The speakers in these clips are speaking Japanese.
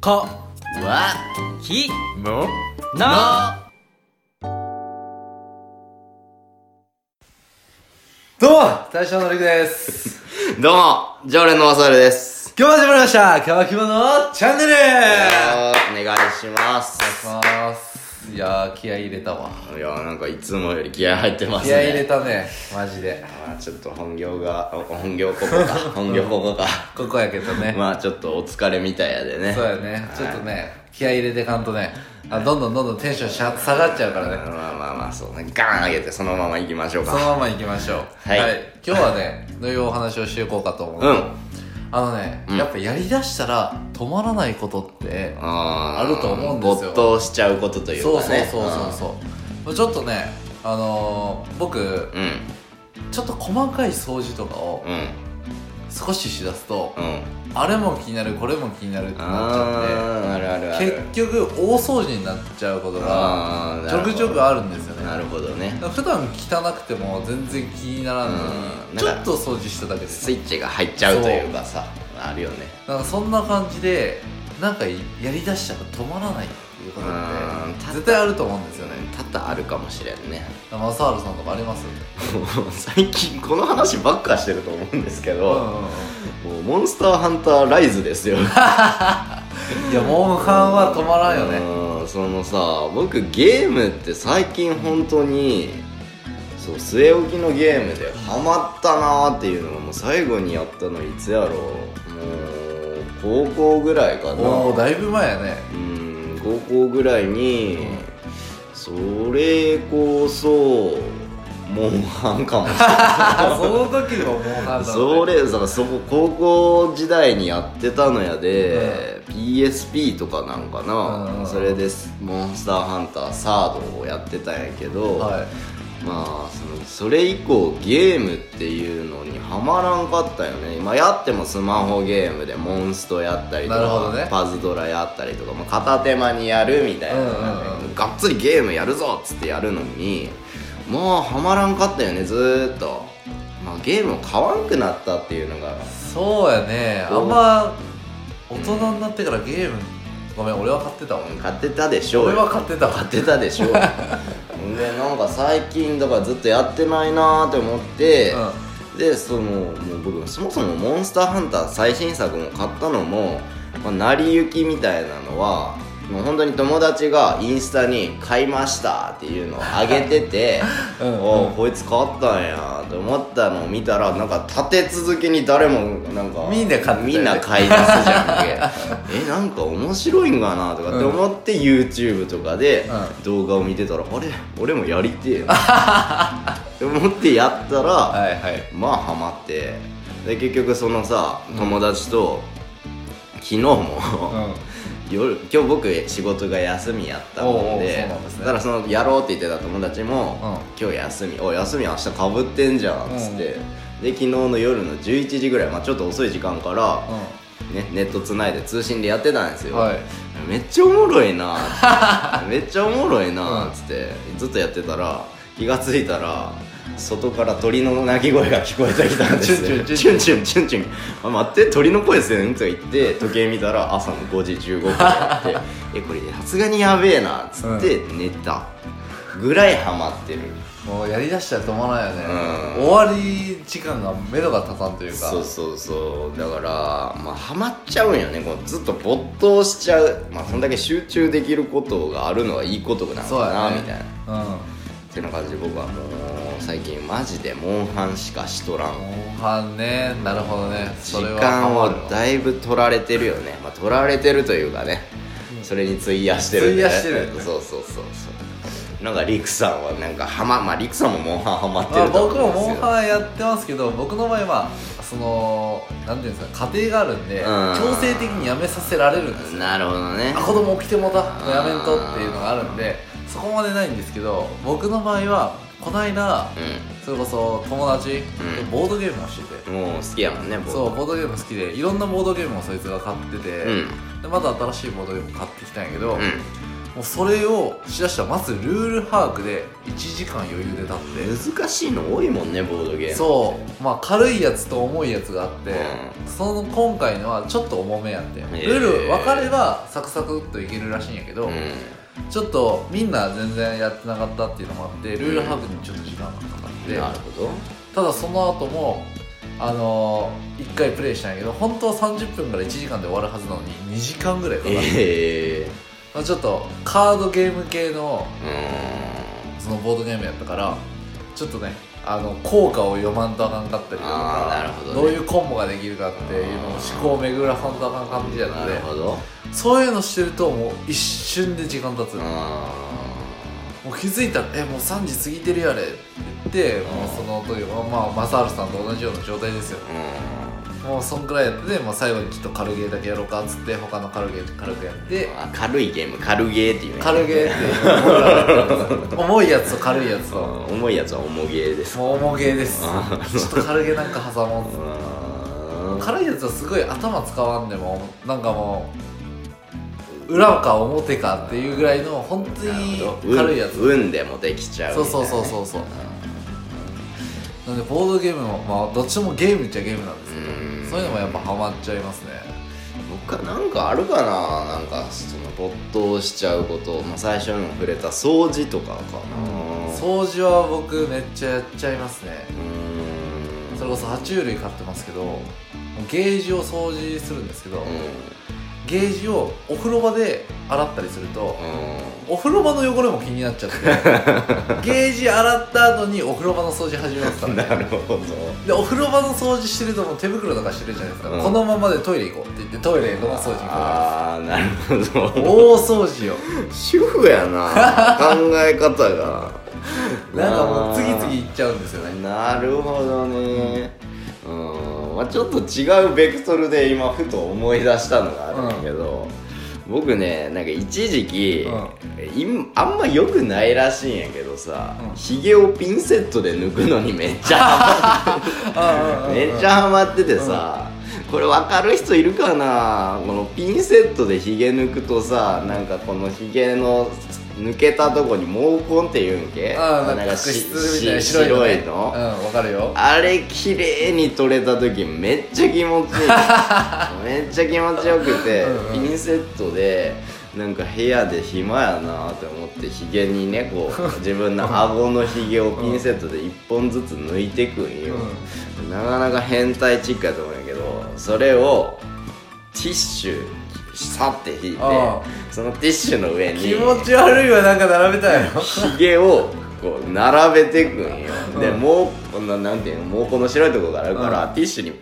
かわきもなどうも大将のりく です。どうも常連のマサルです今日も始まりました乾き物チャンネルお願いしますます。いやー、気合い入れたわ。いやなんかいつもより気合入ってますね気合い入れたね、マジで。まあちょっと本業がお本業ここか 本業ここかここやけどね。まあちょっとお疲れみたいやでねそうやね、ちょっとね、気合い入れてかんとね、あどんどんどんどんテンションしゃ下がっちゃうからまね。あまあまあそうねガーン上げてそのまま行きましょうそのかまま行きましょう。はい今日はね、どういうお話をしていこうかと思う。うんあのね、やっぱやりだしたら止まらないことって、ああると思うんですよ没頭しちゃうことというそうかそうねそうそうそう。ちょっとね、あのー、僕、うんちょっと細かい掃除とかをうん少ししだすと、うんうんあれも気になるこれも気になるってなっちゃあーあるあるあってる結局大掃除になっちゃうことがあーちなょるほくどちょくあるんですよねなるほどねだから普段汚くても全然気にならんのうんになんちょかっと掃除しただけですスイッチが入っちゃうというかさあるよねなんかそんな感じでなんかやりだしたら止まらないっていうことっうんて絶対あると思うんですそようねね多々あるかもしれんね マサールさんとかありますもう最近この話ばっかしてると思うんですけうんど、もうモンスターハンターライズですよ いやモンハンは止まらんよねうんそのさ僕ゲームって最近本当にそう据え置きのゲームでハマったなーっていうのがもう最後にやったのいつやろうもう高校ぐらいかなおおだいぶ前 やねうん高校ぐらいにそれこそモンハンかもしれないあその時のモンハンだねそれだからそこ高校時代にやってたのやで、PSP とかなんかな、うんそれでモンスターハンターサードをやってたんやけど、はいまあそのそれ以降ゲームっていうのにはまらんかったよね今やってもスマホゲームでモンストやったりとなるほどか、ねパズドラやったりとか、まあ、片手間にやるみたいな、うんうんうがっつりゲームやるぞっつってやるのにもうはまらんかったよねずーっと、まあ、ゲームを買わんくなったっていうのがそうやねあどうんま大人になってからゲームごめん俺は買ってたわ買ってたでしょう俺よは買ってた買っわてた でしょうよでなんか最近だからずっとやってないなーって思って、でそのもう僕そもそも「モンスターハンター」最新作も買ったのも、まあ、成り行きみたいなのはもう本当に友達がインスタに「買いました」っていうのを上げて てうんうんおうこいつ買ったんやと思ったのを見たらなんか立て続けに誰もなんかみんな買ったよねみんな買い出すじゃんけ えなんか面白いんかなとかって思って YouTube とかでう動画を見てたら、あれ俺もやりて えなって思ってやったら、うんはいはいまあハマってで結局そのさ友達と、昨日も、夜今日僕仕事が休みやったもんおうおうそでうなんですねだからそのやろうって言ってた友達も「う今日休みおい休み明日かぶってんじゃん」っつって、で昨日の夜の11時ぐらい、まあ、ちょっと遅い時間から、ね、ネットつないで通信でやってたんですうんよ、はいめっちゃおもろいな めっちゃおもろいなっつってずっとやってたら気がついたら外から鳥の鳴き声が聞こえてきたんですよチチュンチュンチュンチュンあ待って鳥の声せんとか言って時計見たら朝の5時15分やって えこれさすがにやべえなっつって寝たぐらいハマってるもうやりだしたら止まらんよねうん終わり時間が目処が立たんというかそうそうそうだからまあハマっちゃうんよねこうずっと没頭しちゃうまあそんだけ集中できることがあるのはいいことなのそうかな、やねみたいうなんモってな感じで僕はもう最近マジでモンハンしかしとらんンハンねなるほどね時それは間ハマをるわだいぶ取られてるよね、まあ、取られてるというかねそれに費やしてるんで費やしてるよねそうそうそうそうなんかリクさんはなんかハマまあリクさんもモンハンハマってまあると僕も思うんですモよンハンやってますけど僕の場合はそのなんていうんですか家庭があるんでん強制的にやめさせられるんですよなるほどねあ子供起きてもうたやめんとっていうのがあるんでそこまでないんですけど僕の場合はこないだそれこそ友達うとんボードゲームをしてて、うんもう好きやもんね僕そうボードゲーム好きでいろんなボードゲームをそいつが買ってて、うんでまた新しいボードゲーム買ってきたんやけど、うんもうそれをしだしたらまずルール把握で1時間余裕で経っ難しいの多いもんねボードゲームてそうまあ軽いやつと重いやつがあって、うその今回のはちょっと重めやってールール分かればサクサクっといけるらしいんやけど、うんちょっとみんな全然やってなかったっていうのもあってルール把握にちょっと時間がかかって、なるほどただその後もあのー、1回プレイしたんやけど本当は30分から1時間で終わるはずなのに2時間ぐらいかかる、ええまあちょっとカードゲーム系のうんそのボードゲームやったからちょっとねあの効果を読まんとあかんかったりとあーなるかほどねういうコンボができるかっていうのを思考を巡らさんとあかん感じやったなんるでほどそういうのしてるともう一瞬で時間経つ、うんもう気づいたら「えもう3時過ぎてるやれ」って言って、もうその時はまあ正治さんと同じような状態ですようんもうそんくらいやってて、まあ、最後にちょっと軽ゲーだけやろうかっつって他の軽ゲー軽くやってあ軽いゲーム軽ゲーっていうね軽ゲーっていうのが僕ら の重いやつと軽いやつうとん重いやつは重ゲーですもう重ゲーですあちょっと軽ゲーなんか挟もううーん軽いやつはすごい頭使わんでもなんかもう裏か表かっていうぐらいの本当に軽いやつ運運でもできちゃうそみうたいそなうそねうそうそうなんでボードゲームもまあどっちもゲームっちゃゲームなんですけうんどそういうのもやっぱハマっちゃいますね僕はなんかあるかななんかその没頭しちゃうこと、まあ、最初にも触れた掃除とかかなう掃除は僕めっちゃやっちゃいますねうーんそれこそ爬虫類飼ってますけどゲージを掃除するんですけど、うゲージをお風呂場で洗ったりすると、んうんお風呂場の汚れも気になっ ちゃってゲージ洗った後にお風呂場の掃除始めますからねなるほどでお風呂場の掃除してるともう手袋とかしてるじゃないですか、うんこのままでトイレ行こうって言ってトイレの掃除に行ああなるほくど大掃除 よ主婦 やな考え方がなんかもう次々行っちゃうんですよねなるほどねうん、まあ、ちょっと違うベクトルで今ふと思い出したのがあるんだけど、僕ねなんか一時期、今あんま良くないらしいんやけどさうんひげ、をピンセットで抜くのにめっちゃハマめっちゃゃハマっててさ、これ分かる人いるかなこのピンセットでひげ抜くとさなんかこのひげの抜けたとこに毛根っていうんけああなんか角質みたいな白いの、ね、白いのうんわかるよあれ綺麗に取れた時めっちゃ気持ちいい めっちゃ気持ちよくてうんうんピンセットでなんか部屋で暇やなと思ってひげにねこう自分の顎のひげをピンセットで1本ずつ抜いてくんよ、なかなか変態チックやと思うんやけどそれをティッシュさって引いてあそのティッシュの上に気持ち悪いわなんか並べたい のひげをこう並べてくんよ、うんでもうこんななんていうの毛根の白いとこがあるから、ティッシュに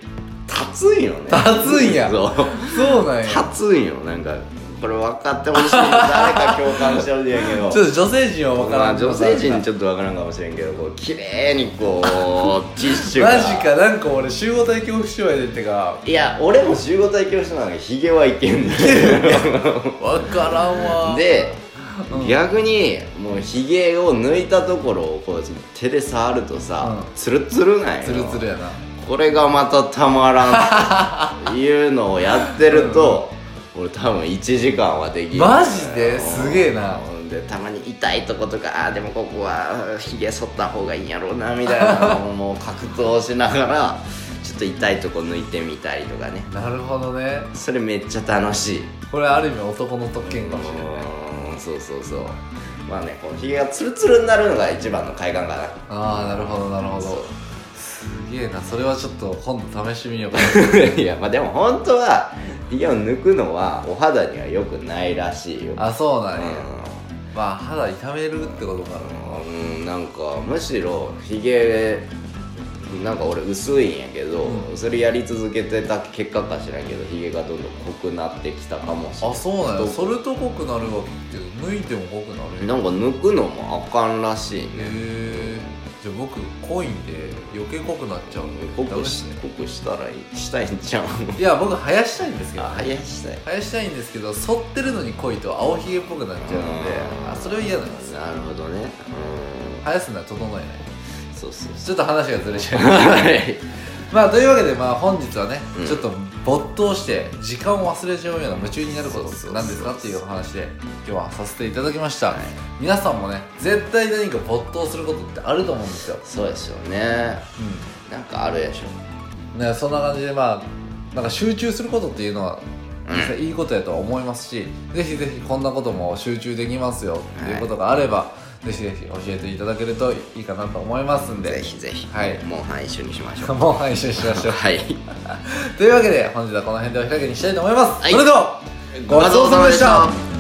立つんよね立つんやそうそうなんや立つんよなんかこれ分かってほしい誰か共感してほしいんやけどちょっと女性陣は分かまらあん女性陣ちょっと分からんかもしれんけどこう綺麗にこうティッシュマがジかなんか俺集合体恐怖症やでってかいや俺も集合体教室なのにひげはいけんね分からんわ で、うん逆にもうひげを抜いたところをこう手で触るとさ、うんツルツルなんよツルツルやなこれがまたたまらんというのをやってる と俺多分1時間はできるマジですげえなうんでたまに痛いとことかあーでもここはひげ剃った方がいいんやろうなみたいなのをもう格闘しながらちょっと痛いとこ抜いてみたりとかねなるほどねそれめっちゃ楽しいこれある意味男の特権かもしれないうんそうそうそうまあねこうひげがツルツルになるのが一番の快感かなああなるほどなるほそうどすげえなそれはちょっと今度試してみようか いやまあでも本当はひげを抜くのはお肌には良くないらしいよあそうなんやう、まあ肌痛めるってことかなんうん、なんかむしろひげなんか俺薄いんやけど、うんそれやり続けてた結果か知らんけどひげがどんどん濃くなってきたかもしれあないそうなんや太それと濃くなるわけって抜いても濃くなるなんか抜くのもあかんらしいへねえじゃあ僕濃いんで余計濃くなっちゃうんで濃ダメくっしすね濃くしたらいいしたいんちゃういや僕生やしたいんですけどあ生早いしたいやしたいんですけど剃ってるのに濃いと青ひげっぽくなっちゃうのでうんあそれは嫌なんですよなるほどね生やすのは整えないうんそうそうそ ちょっと話がずれちゃううまあというわけでまあ本日はね、うんちょっと没頭して時間を忘れちゃうような夢中になることって何ですかっていうお話で今日はさせていただきました、はい皆さんもね絶対何か没頭することってあると思うんですよ、そうですよねなんかあるでしょね、そんな感じでまあなんか集中することっていうのはうん実際いいことやとは思いますし、ぜひぜひこんなことも集中できますよっていうことがあれば、ぜひぜひ教えていただけるといいかなと思いますんでぜひぜひ、はいもうはい一緒にしましょ うもう配信しましょうはいというわけで本日はこの辺でお開きにしたいと思います、はいそれではごちそうさまでした